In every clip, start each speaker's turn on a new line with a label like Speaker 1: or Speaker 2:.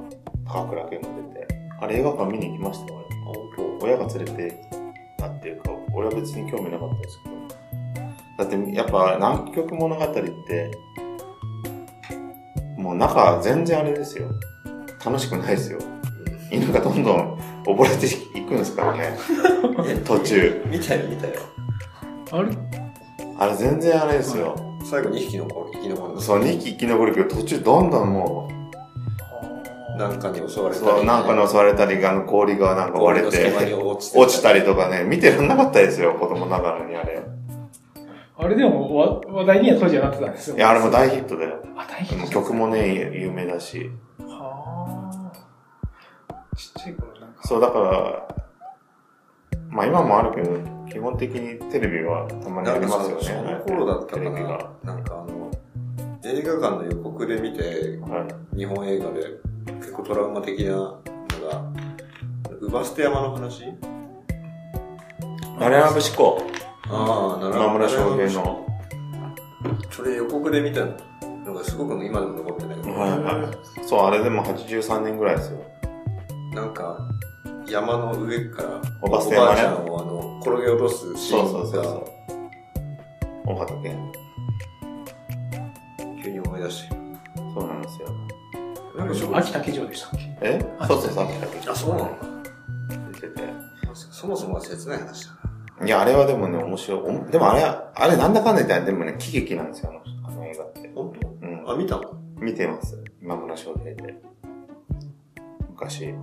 Speaker 1: 高倉健も出て。あれ映画館見に行きましたよ俺。親が連れてなっていうか、俺は別に興味なかったですけど。だってやっぱ南極物語って、もう中全然あれですよ。楽しくないですよ。犬がどんどん溺れていくんですから ね。途中。
Speaker 2: 見たよ、見たよ。
Speaker 3: あれ
Speaker 1: あれ全然あれですよ。
Speaker 2: 最後に生き残る、生き残る。
Speaker 1: そう、2匹生き残るけど途中どんどんもう、
Speaker 2: なんかに襲われたり、
Speaker 1: そう、なんかに襲われたり、あの、氷がなんか割れ
Speaker 2: 氷の隙間に
Speaker 1: て、
Speaker 2: 落ちて
Speaker 1: 落ちたりとかね、見てらんなかったですよ、子供ながらにあれ。
Speaker 3: あれでもわ話題には当時はなってたんですよ。
Speaker 1: いや、あれも大ヒットだよ。
Speaker 3: あ、大
Speaker 1: で
Speaker 3: 変
Speaker 1: も曲もね、有名だし。
Speaker 3: はあ。ちっちゃい頃なんか。
Speaker 1: そう、だから、まあ今もあるけど、基本的にテレビはたまにありますよね。
Speaker 2: なんかその頃だったか
Speaker 1: テレビが。
Speaker 2: な
Speaker 1: は。
Speaker 2: なんかあの、映画館の予告で見て、日本映画で結構トラウマ的なのが、ウバステ山の話
Speaker 1: い。なれはぶしこ。
Speaker 2: ああ、なるほど。
Speaker 1: 野村翔平の。
Speaker 2: それ予告で見たのがすごく今でも残ってないけど、
Speaker 1: はいはい。そう、あれでも83年ぐらいですよ。
Speaker 2: なんか、山の上から、
Speaker 1: おばあ
Speaker 2: おばあち
Speaker 1: ち
Speaker 2: ゃ
Speaker 1: ゃ
Speaker 2: ん
Speaker 1: ん
Speaker 2: をあの転げ落とすシー
Speaker 1: そ
Speaker 2: ン
Speaker 1: う
Speaker 2: が
Speaker 1: そうそうそう。大畑健。
Speaker 2: 急に思い出して。
Speaker 1: そうなんですよ。
Speaker 2: なんかちょっと
Speaker 3: 秋田城でしたっけ
Speaker 1: えそうそうそう、大畑健
Speaker 2: あ、そうなのか
Speaker 1: 出てて。
Speaker 2: そもそもは切ない話だな。
Speaker 1: いや、あれはでもね、面白い。おでもあれ、あれなんだかんだ言ったら、でもね、喜劇なんですよ、あの人あの映画って。
Speaker 2: 本
Speaker 1: うん
Speaker 2: 当。あ、見たの
Speaker 1: 見てます。今村翔平で。昔。ん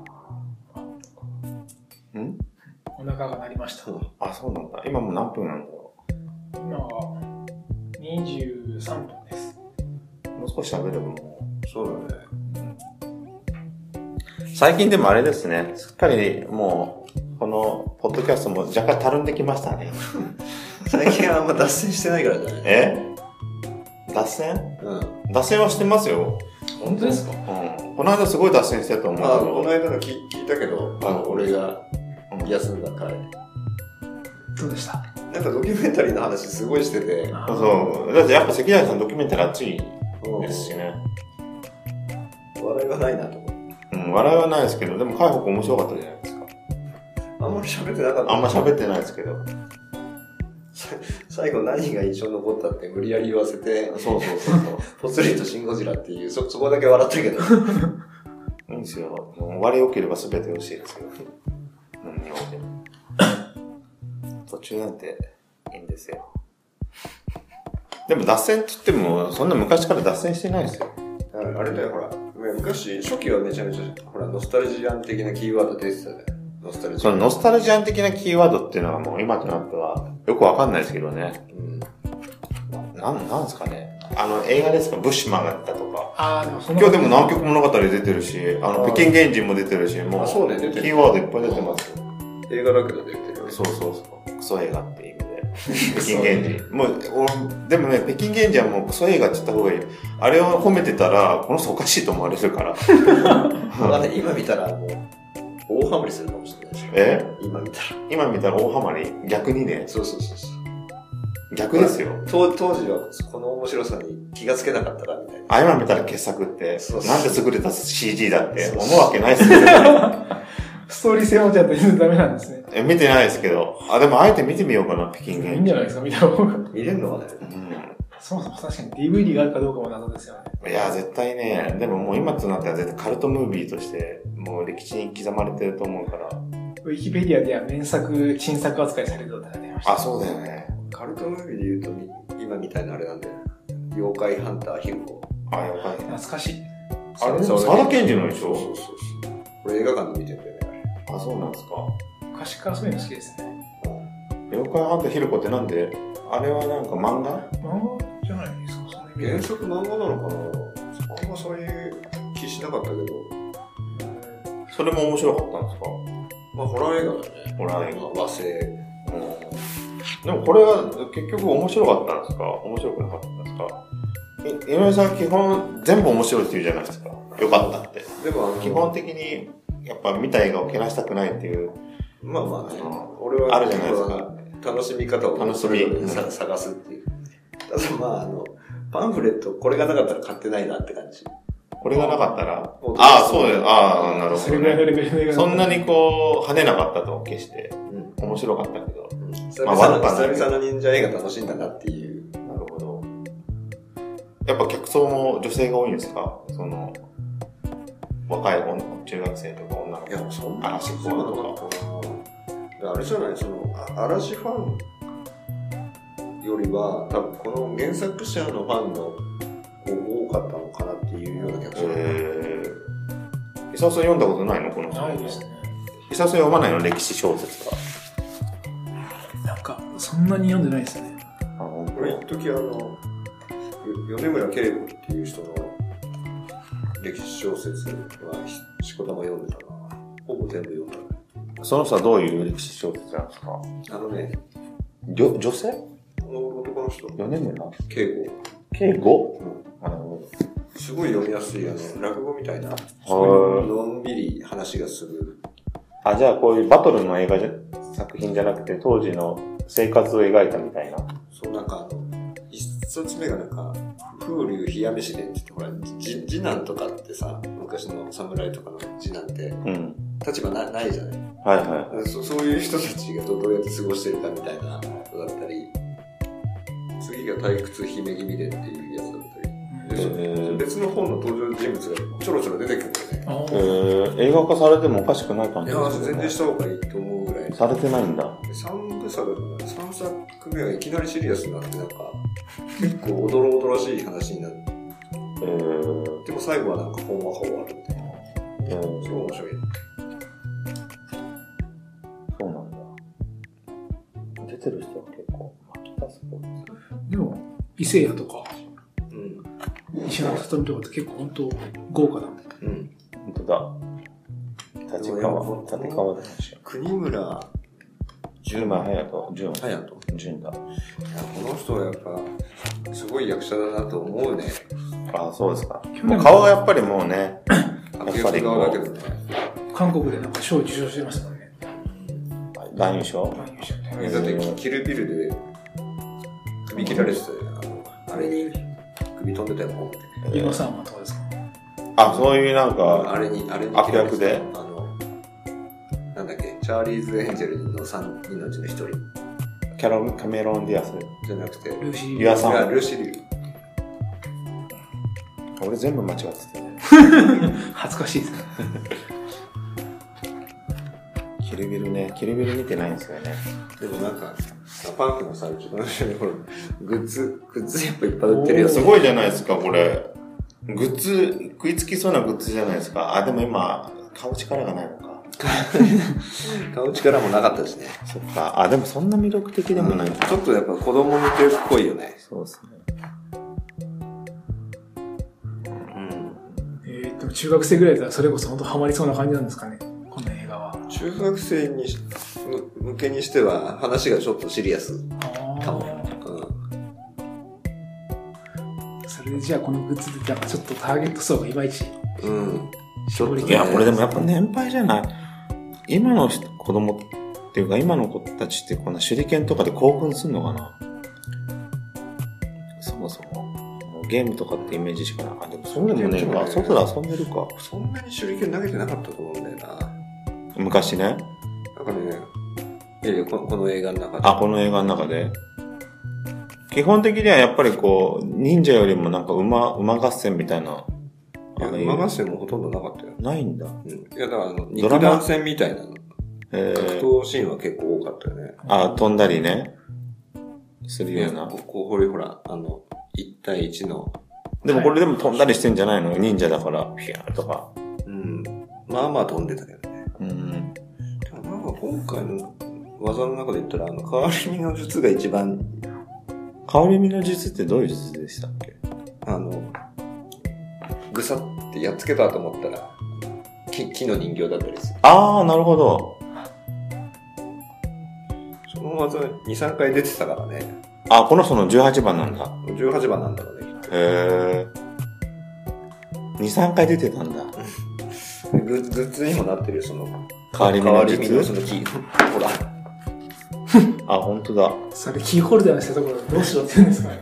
Speaker 3: お腹が鳴りました。
Speaker 1: あ、そうなんだ。今もう何分なんだろ
Speaker 3: 今は23分です。
Speaker 1: う。もう少し喋ればも
Speaker 2: そうだね。
Speaker 1: う。最近でもあれですね、すっかりもう、この、ポッドキャストも若干たるんできましたね。
Speaker 2: 最近あんま脱線してないからじゃない
Speaker 1: え脱線
Speaker 2: うん。
Speaker 1: 脱線はしてますよ。
Speaker 3: 本当ですか
Speaker 1: うん。この間すごい脱線してたと思うけ
Speaker 2: まあ、この
Speaker 1: ど。
Speaker 2: 間の聞聞いたけど、あの、俺が
Speaker 1: うん
Speaker 2: 休んだ回。
Speaker 3: どうでした
Speaker 2: なんかドキュメンタリーの話すごいしてて、
Speaker 1: そう。だってやっぱ関谷さんドキュメンタリー熱い
Speaker 2: うん
Speaker 1: ですしね。
Speaker 2: 笑いがないなと思って。
Speaker 1: うん、笑いはないですけど、でも海北面白かったじゃないですか。
Speaker 2: あんまり喋ってなかった。
Speaker 1: あんま喋ってないですけど。
Speaker 2: 最後何が印象に残ったって無理やり言わせて、
Speaker 1: そうそうそうそ
Speaker 2: ぽつりとシンゴジラっていう、そ、そこだけ笑ったけど。
Speaker 1: う。いいんですよ。もう終わり良ければ全て欲しいですよ。うん、よ途中なんていいんですよ。でも脱線って言っても、そんな昔から脱線してないですよ。
Speaker 2: ああれだよ、ほら。昔、初期はめちゃめちゃ、ほら、ノスタルジアン的なキーワード出てたね。ノスタルジ
Speaker 1: そ
Speaker 2: ア
Speaker 1: の
Speaker 2: ン。
Speaker 1: ノスタルジアン的なキーワードっていうのはもう今となってはよくわかんないですけどね。
Speaker 2: うん。
Speaker 1: なん、なんですかね。あの映画ですかブッシュマンがやったとか。
Speaker 3: ああ、でもその
Speaker 1: 今日でも南極物語出てるし、あの、
Speaker 2: はい
Speaker 1: 北京原人も出てるし、も
Speaker 2: あ
Speaker 1: う、
Speaker 2: そうね出てる
Speaker 1: キーワードいっぱい出てますよ。
Speaker 2: 映画だけど出てるよね。
Speaker 1: そうそうそう。クソ映画って意味で。北京原人。もう、俺でもね、北京原人はもうクソ映画って言った方がいい。あれを褒めてたら、この人おかしいと思われるから。
Speaker 2: まあね、今見たらもう、大ハマりするかもしれないし。
Speaker 1: え
Speaker 2: 今見たら。
Speaker 1: 今見たら大ハマり。逆にね、
Speaker 2: そうそうそうそう
Speaker 1: 逆ですよ。
Speaker 2: 当。当時はこの面白さに気がつけなかったな、みたいな。
Speaker 1: あ、今見たら傑作って
Speaker 2: そう、そう
Speaker 1: なんで優れた CG だって
Speaker 2: そうそう
Speaker 1: 思うわけないですけど ね。
Speaker 3: ストーリー性もちゃんと全然ダメなんですね。
Speaker 1: え見てないですけど。あ、でもあえて見てみようかな、北京
Speaker 3: い
Speaker 1: 原
Speaker 3: いん
Speaker 1: 人。
Speaker 3: じゃないですか、見た方が。
Speaker 2: 見れるのはね。
Speaker 1: うん
Speaker 3: そもそも確かに DVD があるかどうかも謎ですよね。
Speaker 1: いや、絶対ね、でももう今となっては絶対カルトムービーとして、もう歴史に刻まれてると思うから。
Speaker 3: ウィキペディアでは名作、新作扱いされるとなってました。
Speaker 1: あ、そうだよね。
Speaker 2: カルトムービーで言うとみ、今今みたいなあれなんだよ。妖怪ハンターヒルコ。
Speaker 1: あ、やばい。
Speaker 3: 懐かしい。
Speaker 1: あれ、
Speaker 2: そう
Speaker 1: 佐田健二のでし
Speaker 2: そうそ
Speaker 1: ょ
Speaker 2: うそうそう。俺映画館で見てんだよね。
Speaker 1: あ、そうなんですか。
Speaker 3: 昔からそういうの好きですね。
Speaker 1: 妖怪ハンターヒルコってなんであれはなんか漫画
Speaker 3: 漫画じゃないですか、その
Speaker 2: あ
Speaker 3: イ
Speaker 2: れ
Speaker 3: メー
Speaker 2: 原
Speaker 3: ジ。
Speaker 2: 作漫画なのかなあんまそういう気しなかったけど、
Speaker 1: それも面白かったんですか
Speaker 2: まあホラー映画だね。
Speaker 1: ホラー映画
Speaker 2: まあ和製。
Speaker 1: でもこれは結局面白かったんですか面白くなかったんですかい井上さん基本全部面白いって言うじゃないですか。よかったって。
Speaker 2: でもあの
Speaker 1: 基本的にやっぱ見た映画をけなしたくないっていう。
Speaker 2: まあまあね
Speaker 1: うん、
Speaker 2: 俺は
Speaker 1: あるじゃないですか
Speaker 2: 僕は楽しみ方を
Speaker 1: 楽し
Speaker 2: そ
Speaker 1: み
Speaker 2: れぞれさ探すっていう。ただまあ、あの、パンフレット、これがなかったら買ってないなって感じ。
Speaker 1: これがなかったら
Speaker 2: うん、
Speaker 1: ああ、そうです。ああ、なる
Speaker 3: そ
Speaker 1: ほ
Speaker 3: れ
Speaker 1: ど、
Speaker 3: ぐらいの
Speaker 1: ね。
Speaker 3: レベルの映画
Speaker 1: そんなにこう、跳ねなかったと決して、
Speaker 2: うん。
Speaker 1: 面白かったけど。
Speaker 2: 久
Speaker 1: まあ
Speaker 2: 々の、
Speaker 1: 悪くはない
Speaker 2: 久々の忍者映画楽しんだなっていう。
Speaker 1: なるほど。やっぱ客層も女性が多いんですかその、若い女の子、中学生とか女の子。
Speaker 2: そん
Speaker 1: 嵐ファンと
Speaker 2: か。あれじゃない、その、あ嵐ファンよりは、多分この原作者のファンの方が多かったのかなっていうような
Speaker 1: へ
Speaker 2: 客層
Speaker 1: え。伊沢さん読んだことないのこの人。
Speaker 3: ないですね。
Speaker 1: 伊沢さん読まないの歴史小説か。
Speaker 3: なんか、そんなに読んでないですね。
Speaker 1: あ、ほん
Speaker 2: これ一時あのよ米村慶子っていう人の歴史小説はひしこたま読んでたなほぼ全部読んだね
Speaker 1: その人はどういう歴史小説なんですか
Speaker 2: あのね
Speaker 1: 女女性
Speaker 2: この男の人
Speaker 1: ?4 年目な
Speaker 2: 慶
Speaker 1: 計 5?
Speaker 2: 子、う
Speaker 1: なるほ
Speaker 2: ん、すごい読みやすいあの落語みたいな
Speaker 1: ど。
Speaker 2: のんびり話がする
Speaker 1: あ、じゃあこういうバトルの映画じゃ作品じゃなくて、当時の生活を描いたみたいな。
Speaker 2: そうなんかあの一冊目がなんか風流冷や飯伝って言ってほらじ次男とかってさ昔の侍とかの次男って
Speaker 1: うん。
Speaker 2: 立場なないじゃない
Speaker 1: はいはい。
Speaker 2: そそういう人たちがどどうやって過ごしてるかみたいなのだったり次が退屈姫君伝っていうやつだったりでそ
Speaker 1: ー
Speaker 2: 別の本の登場人物がちょろちょろ出てくるんだよね
Speaker 3: あ
Speaker 1: えー、映画化されてもおかしくない感
Speaker 2: い
Speaker 1: じ
Speaker 2: や
Speaker 1: ですよ
Speaker 2: 全
Speaker 1: ね
Speaker 2: 然した方がいいと思うぐらい
Speaker 1: されてないんだ。
Speaker 2: 3部作だから3作目はいきなりシリアスになってなんか結構おどろおどろしい話になって
Speaker 1: えー、
Speaker 2: でも最後はなんかほんわほんわあるみたいな
Speaker 1: えー
Speaker 2: すごい面白い
Speaker 1: そうなんだ。出てる人は結構、マキタスポーツ。
Speaker 3: でも、伊勢屋とか、
Speaker 2: うん
Speaker 3: 石原さとみとかって結構本当豪華だもん。
Speaker 2: うん
Speaker 1: 本当だ。立川、立川だし。
Speaker 2: 国村
Speaker 1: 10枚早と、10枚。
Speaker 2: 隼人
Speaker 1: 順だ。
Speaker 2: いやこの人はやっぱすごい役者だなと思うね
Speaker 1: ああ、そうですか。
Speaker 3: 去
Speaker 1: も
Speaker 3: 年
Speaker 1: う顔がやっぱりもうね、
Speaker 2: 悪役側だけどね。
Speaker 3: 韓国でなんか賞を受賞してましたもんね。
Speaker 1: 男優賞
Speaker 3: 男優賞みたいな
Speaker 2: だってキキルビルで首切られてたよ。あのあれに首飛んでたよ、ポンって。
Speaker 3: イノサンマとかですか
Speaker 1: あ、そういうなん
Speaker 2: あ
Speaker 1: か、
Speaker 2: あれに、あれに
Speaker 1: 悪役で
Speaker 2: あの、なんだっけ、チャーリーズ・エンジェルの3人のうちの1人
Speaker 1: キャロル、キャメロン・ディアス。
Speaker 2: じゃなくて、
Speaker 3: ルーシー・
Speaker 1: ユアさ
Speaker 2: いや
Speaker 1: ん。
Speaker 2: ルーシリー。
Speaker 1: 俺全部間違ってたね。
Speaker 3: 恥ずかしいですね。
Speaker 1: キルビルね、キルビル見てないんですよね。
Speaker 2: でもなんか、パンクのさ、うちの後ろにほらグッズ、グッズやっぱいっぱい売ってるよ。
Speaker 1: す
Speaker 2: い。
Speaker 1: ごいじゃないですか、これ。グッズ、食いつきそうなグッズじゃないですか。あ、でも今、買う力がないのか。
Speaker 2: 買う力もなかったしね。
Speaker 1: そっか。あ、でもそんな魅力的でもない。
Speaker 2: ちょっとやっぱ子供向けっぽいよね。
Speaker 1: そうですね。うん。
Speaker 3: えー、でも中学生ぐらいだったらそれこそ本当ハマりそうな感じなんですかね。この映画は。
Speaker 2: 中学生にしむ向けにしては話がちょっとシリアス。かも
Speaker 3: あ
Speaker 2: う
Speaker 3: あ。それでじゃあこのグッズで、なんかちょっとターゲット層がいまいち。
Speaker 2: ん。うん。ちょっとね
Speaker 1: いや、これでもやっぱ年配じゃない。今の人子供っていうか、今の子たちってこんな手裏剣とかで興奮するのかなそもそも。もうゲームとかってイメージしかない。あ、でもそうでもねえか。外で遊んでるか。
Speaker 2: そんなに手裏剣投げてなかったと思うんだよな。
Speaker 1: 昔ね。
Speaker 2: なんかね、いやいや、ここの映画の中で。
Speaker 1: あ、この映画の中で。基本的にはやっぱりこう、忍者よりもなんか馬、馬合戦みたいな。
Speaker 2: いや、
Speaker 1: の
Speaker 2: 馬合戦もほとんどなかったよ。
Speaker 1: ないんだ。
Speaker 2: うん。いや、だからあの、
Speaker 1: ドラマ
Speaker 2: 肉弾戦みたいなの。
Speaker 1: え
Speaker 2: 格
Speaker 1: ー、
Speaker 2: 闘シーンは結構多かったよね。
Speaker 1: あ、飛んだりね。
Speaker 4: する
Speaker 2: い
Speaker 4: よ
Speaker 2: や、
Speaker 4: うな。
Speaker 2: こここれほら、あの、1対1の、
Speaker 4: でもこれでも飛んだりしてんじゃないの忍者だから、ピャーとか。
Speaker 2: うん、まあまあ飛んでたけどね。
Speaker 4: うん。
Speaker 2: でもなんか今回の技の中で言ったら、あの、代わり身の術が一番、
Speaker 4: 香り身の術ってどういう術でしたっけ
Speaker 2: あの、ぐさってやっつけたと思ったら、木木の人形だったりする。
Speaker 4: ああ、なるほど。
Speaker 2: その技2、3回出てたからね、
Speaker 4: あ、この人の18番なんだ。
Speaker 2: 18番なんだろうね。
Speaker 4: へえ。2、3回出てたんだ。
Speaker 2: ググッズにもなってるよ、その、
Speaker 4: 変わり身
Speaker 2: 代わ
Speaker 4: の
Speaker 2: り身のそ
Speaker 4: 術
Speaker 2: の木、 ほら。
Speaker 4: あ、本当だ。
Speaker 3: それキーホルダーにしたところでどうしろって言うんですかね。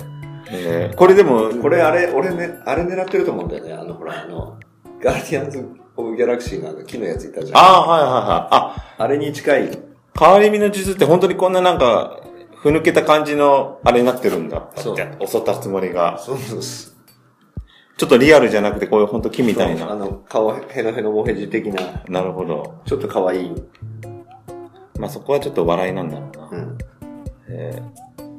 Speaker 4: へえ。これでも、
Speaker 2: これあれ、俺ね、あれ狙ってると思うんだよね。あの、ほら、あの、ガーディアンズ・オブ・ギャラクシーのあの木のやついたじゃん。あ
Speaker 4: ああ、はいはいはい。あ、
Speaker 2: れに近い。
Speaker 4: 変わり身の術って本当にこんななんか、ふぬけた感じの、あれになってるんだ。
Speaker 2: そう
Speaker 4: う。襲ったつもりが。
Speaker 2: そうそうそう。
Speaker 4: ちょっとリアルじゃなくて、こういう本当木みたい
Speaker 2: あ
Speaker 4: な。
Speaker 2: の、顔、ヘノヘノモヘジ的な、
Speaker 4: なるほど。
Speaker 2: ちょっと可愛い。
Speaker 4: まあそこはちょっと笑いなんだろうな。
Speaker 2: うん。
Speaker 4: えー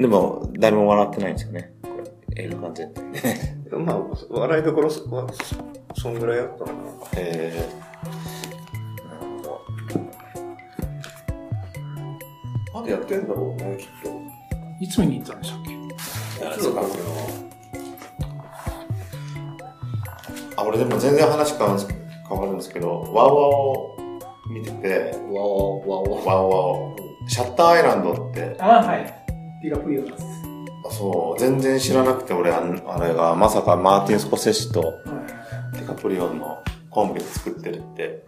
Speaker 4: でも、誰も笑ってないんですよね。これ、映画館全体で。
Speaker 2: まあ、笑いどころそ、わそそんぐらいあったかな。
Speaker 4: えーなるほど。
Speaker 2: まだやってんだろうね、きっ
Speaker 3: いつ見に行ったんでしたっけ
Speaker 2: と。やつだからな。
Speaker 1: あ、俺でも全然話変わるんですけど、変わるんですけど、ワウワウを見てて、
Speaker 2: わおわお。
Speaker 1: ワウワウ、シャッターアイランドって、
Speaker 3: ああ、はい。ピガプリオです。
Speaker 1: そう、全然知らなくて、俺、あんあれが、まさかマーティン・スコセッシと
Speaker 3: は
Speaker 1: ディカプリオンのコンビで作ってるって。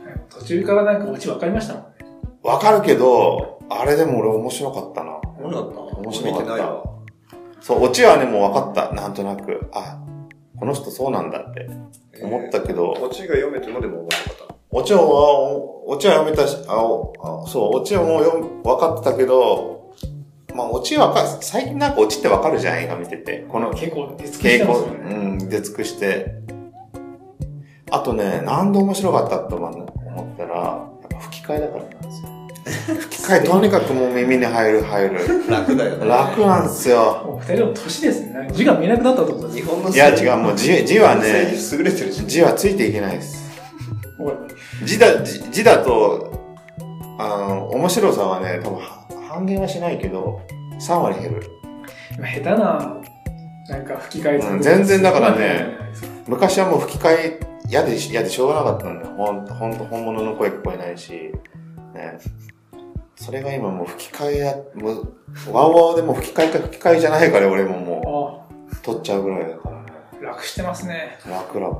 Speaker 3: いはい。途中からなんかオチ分かりましたもんね。
Speaker 1: わかるけど、あれでも俺面白かったな。
Speaker 2: 面白かった
Speaker 1: 面白か
Speaker 2: 見
Speaker 1: ってた
Speaker 2: ないわ。
Speaker 1: そう、オチはね、もう分かった。なんとなく。あ、この人そうなんだって思ったけど、
Speaker 2: オチが読めてもでも面白かった。
Speaker 1: オチは、おオチは読めたし、あ、おあそう、オチはもう読む分かってたけど、まあ、オチはわか、最近なんかオチって分かるじゃん、映画見てて。この
Speaker 3: 結構、手つきし
Speaker 1: 傾
Speaker 3: てます
Speaker 1: 向、
Speaker 3: よね。
Speaker 1: うん、出尽くして。あとね、何度面白かったと思ったら、やっぱ吹き替えだからなんですよ。 吹き替え、とにかくもう耳に入る、入る。
Speaker 2: 楽だよね。
Speaker 1: 楽なんですよ。
Speaker 3: もう二人の年ですね。なんか字が見えなくなったってことです
Speaker 2: 日
Speaker 3: よ。
Speaker 2: 本の
Speaker 1: いや、違う、もう字、字はね、
Speaker 2: 優れてるし。
Speaker 1: 字はついていけないです。
Speaker 3: ほら
Speaker 1: 字だ、字字だと、あの、面白さはね、多分は半減はしないけど、3割減る。
Speaker 3: 今下手な、なんか吹き替え
Speaker 1: うん全然だからね。
Speaker 3: そこ
Speaker 1: 昔はもう吹き替え嫌でし、嫌でしょうがなかったんだよ。ほんと、ほんと本物の声聞こえないし、ね。それが今もう吹き替えや、もう、ワウワウでもう吹き替えか吹き替えじゃないから俺もも
Speaker 3: ま
Speaker 1: う、取っちゃうぐらいだからね。
Speaker 3: でああ、楽してますね。
Speaker 1: 楽々。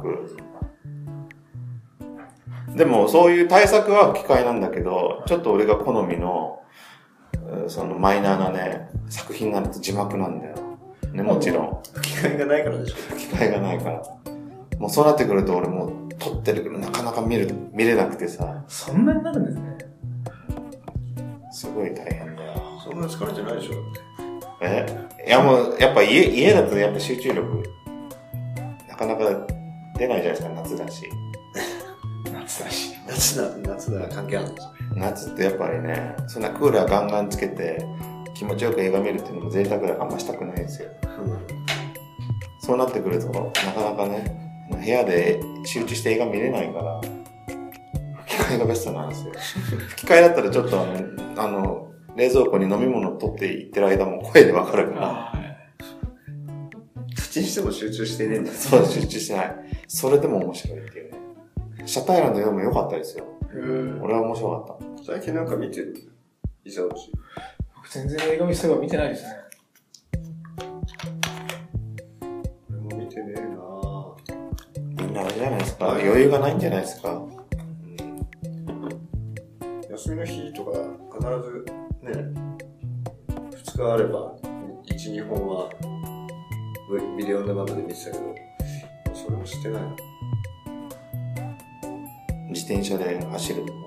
Speaker 1: でも、そういう対策は吹き替えなんだけど、ちょっと俺が好みの、うんそのマイナーなね、作品になると字幕なんだよ。ね、もちろん。
Speaker 2: 機会がないからでしょ。
Speaker 1: 吹き替えがないから。もうそうなってくると俺もう撮ってるけど、なかなか見る、見れなくてさ、
Speaker 3: そんなになるんですね。
Speaker 1: すごい大変だよ。
Speaker 2: そんな疲れてないでしょ。
Speaker 1: えいやもう、やっぱ家、家だとやっぱ集中力、なかなか出ないじゃないですか、夏だし。
Speaker 3: 夏だし。
Speaker 2: 夏だ、夏だ、関係あるんですよ。
Speaker 1: 夏ってやっぱりねそんなクーラーガンガンつけて気持ちよく映画見るっていうのも贅沢だからあんましたくないんですよそうなってくるとなかなかね部屋で集中して映画見れないから吹き替えがベストなんですよ吹き替えだったらちょっとあのあの冷蔵庫に飲み物取っていってる間も声でわかるから
Speaker 3: ああ
Speaker 2: 口にしても集中してねえんだよ。
Speaker 1: そう集中しないそれでも面白いっていうねシャタイランド読む良かったですよ
Speaker 3: うん
Speaker 1: 俺は面白かっ
Speaker 2: 最近なんか見てる伊沢氏。
Speaker 3: 僕全然映画見せば見てないですね。
Speaker 2: 俺も見てねえなぁ。
Speaker 1: たみんなあれじゃないですか余裕がないんじゃないですか
Speaker 2: 休みの日とか必ずね、2日あれば、1、2本はブビデオンデマンドで見てたけど、それもしてない。
Speaker 1: 自転車で走るとか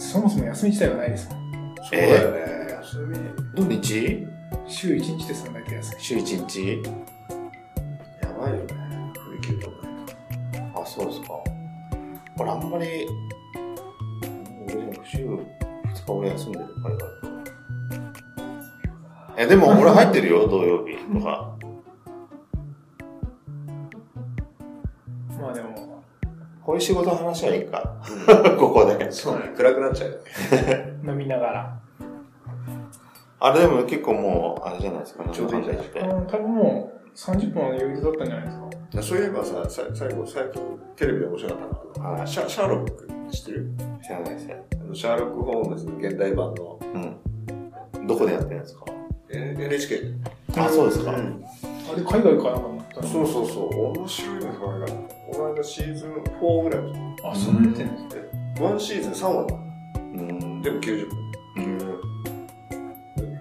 Speaker 3: そもそも休み自体はないですもん。
Speaker 2: そう
Speaker 1: え
Speaker 2: だよね。休み。
Speaker 1: 土日
Speaker 3: 週1日でそんだけ休み。
Speaker 1: 週1日
Speaker 2: やばいよね。振り切るとかね。
Speaker 1: あそうですか俺あんまり俺週2日俺休んでるからだとえ、でも俺入ってる よ、土曜日とか。
Speaker 3: まあでも、
Speaker 1: こういう仕事の話はいいか。 ここで。
Speaker 2: そうね、暗くなっちゃうよね。
Speaker 3: 飲みながら。
Speaker 1: あれでも結構もう、あれじゃないですか、なんだかんだ言って
Speaker 3: うん、多分もう30分は余裕だったんじゃないですか。
Speaker 2: そういえばさ、さ最後、最近テレビで面白かったのは、シャシャーロック知ってる
Speaker 1: 知らないですね。
Speaker 2: あのシャーロック・ホームズの現代版の、
Speaker 1: うん。どこでやってるんですか
Speaker 2: N- NHK。
Speaker 1: あ、そうですか。
Speaker 3: あれ、海外かなんかになった
Speaker 2: そうそうそう、面白いのこれが。この間シーズン4ぐらいま
Speaker 3: あ、そんなやつやね
Speaker 2: で、ワンシーズン3話だ。
Speaker 1: うん。
Speaker 2: でも90分。
Speaker 1: うん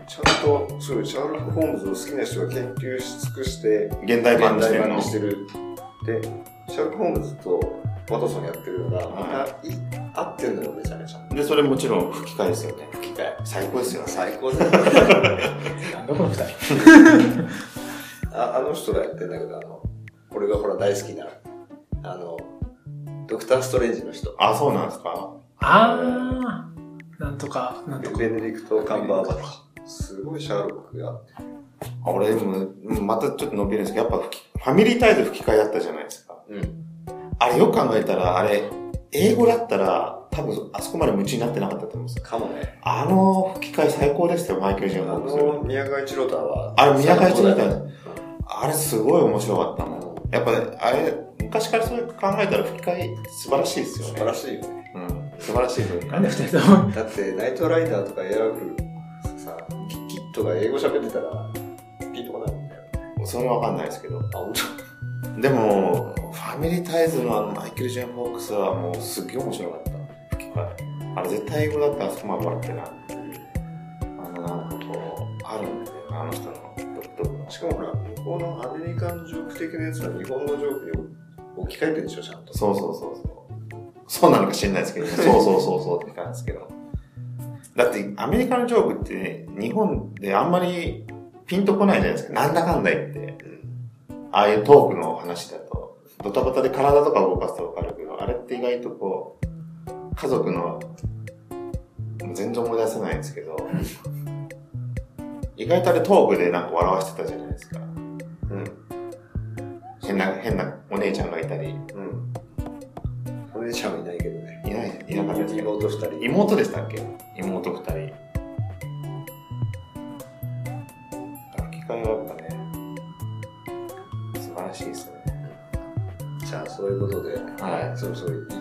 Speaker 2: ちゃんと、すごい、シャーロック・ホームズを好きな人が研究し尽くして、
Speaker 1: 現代版にしてる
Speaker 2: 版
Speaker 1: の
Speaker 2: に。してる。で、シャーロック・ホームズとワトソンやってるのが、また、い合ってんのよ、めちゃめちゃ。
Speaker 1: で、それもちろん吹き替えですよね。
Speaker 2: 機械。
Speaker 1: 最高ですよね。
Speaker 2: 最高だよ。
Speaker 3: なんだこの二人。
Speaker 2: ああの人がやってんだけど、あの、俺がほら大好きな、あの、ドクター・ストレンジの人。
Speaker 1: あ、そうなんですか。
Speaker 3: あー、なんとか、なんとか。
Speaker 2: ベネディクト・カンバーバッチ。すごいシャーロックが。
Speaker 1: あ俺、でもうんまたちょっと伸びるんですけど、やっぱ吹き、ファミリータイズ吹き替えだったじゃないですか。
Speaker 2: うん。
Speaker 1: あれよく考えたら、あれ、英語だったら、多分あそこまで夢中になってなかったと思うんですよ。
Speaker 2: かもね。
Speaker 1: あの吹き替え最高でしたよ、マイケル・ジ
Speaker 2: あ
Speaker 1: ョーンズの。
Speaker 2: の、宮川一郎太は。
Speaker 1: あれ、宮川一郎太
Speaker 2: うん
Speaker 1: あれすごい面白かったもん。やっぱね、あれ、昔からそれ考えたら吹き替え素晴らしいですよ
Speaker 2: 素
Speaker 1: ね。
Speaker 2: 晴らしいよね。
Speaker 1: うん。素晴らしい文
Speaker 3: な
Speaker 1: 化
Speaker 3: ん。で二人とも。
Speaker 2: だって、ナイトライダーとかエアラフルさ、キキッドが英語喋ってたら、ピンとこないもんね。
Speaker 1: それはわかんないですけど。
Speaker 2: あ、本
Speaker 1: でも、ファミリータイズのあのマイケル・ジェーン・フォックスはもうすっげえ面白かった。吹き替え。あれ絶対英語だったらあそこまで笑ってない。あの、なんかこう、あるんで、あの人の独特の
Speaker 2: 当。しかもほら、向こうのアメリカンジョーク的なやつは日本のジョークに置き換えてるでしょ、ちゃんと。
Speaker 1: そうそうそうそう。そうなのか知んないです けど、そうそうそうそうって感じですけど。だって、アメリカのジョークって、日本であんまりピンとこないじゃないですか。なんだかんだ言って。ああいうトークの話だと、ドタバタで体とか動かすとわかるけど、あれって意外とこう、家族の、全然思い出せないんです けど、意外とあれトークでなんか笑わしてたじゃないですか。
Speaker 2: うん。
Speaker 1: 変な、変なお姉ちゃんがいたり、
Speaker 2: うん。お姉ちゃんはいないけどね。
Speaker 1: いない、いなかったですけど
Speaker 2: 妹二人。
Speaker 1: 妹でしたっけ妹二人吹き替えはやっぱね素晴らしいですね
Speaker 2: じゃあ、そういうことで、。
Speaker 1: はい
Speaker 2: そろそろいい。じゃ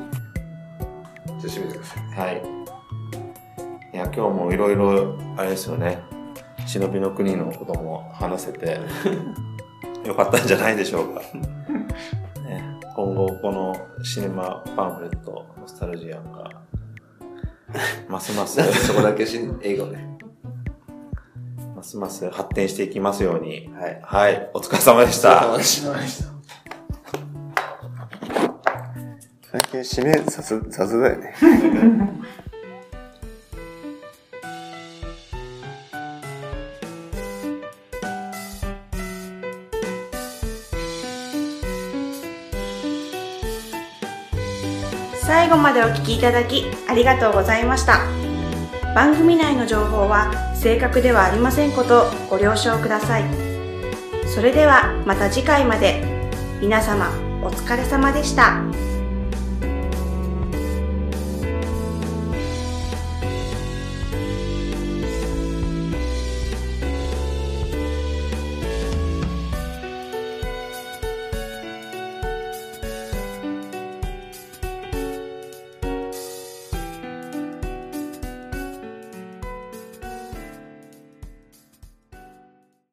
Speaker 2: あ、締めてください。
Speaker 1: はいいや今日もいろいろあれですよね忍びの国のことも話せ てよかったんじゃないでしょうか、 ね、今後このシネマパンフレットノスタルジアンがますます
Speaker 2: そこだけし英語ね。
Speaker 1: ますます発展していきますように
Speaker 2: はい。
Speaker 1: はいお疲れ様でし
Speaker 2: さ
Speaker 1: た
Speaker 2: あ、最近締め雑、雑だよね。
Speaker 5: 最後までお聞きいただきありがとうございました番組内の情報は正確ではありませんことをご了承くださいそれではまた次回まで皆様お疲れ様でした。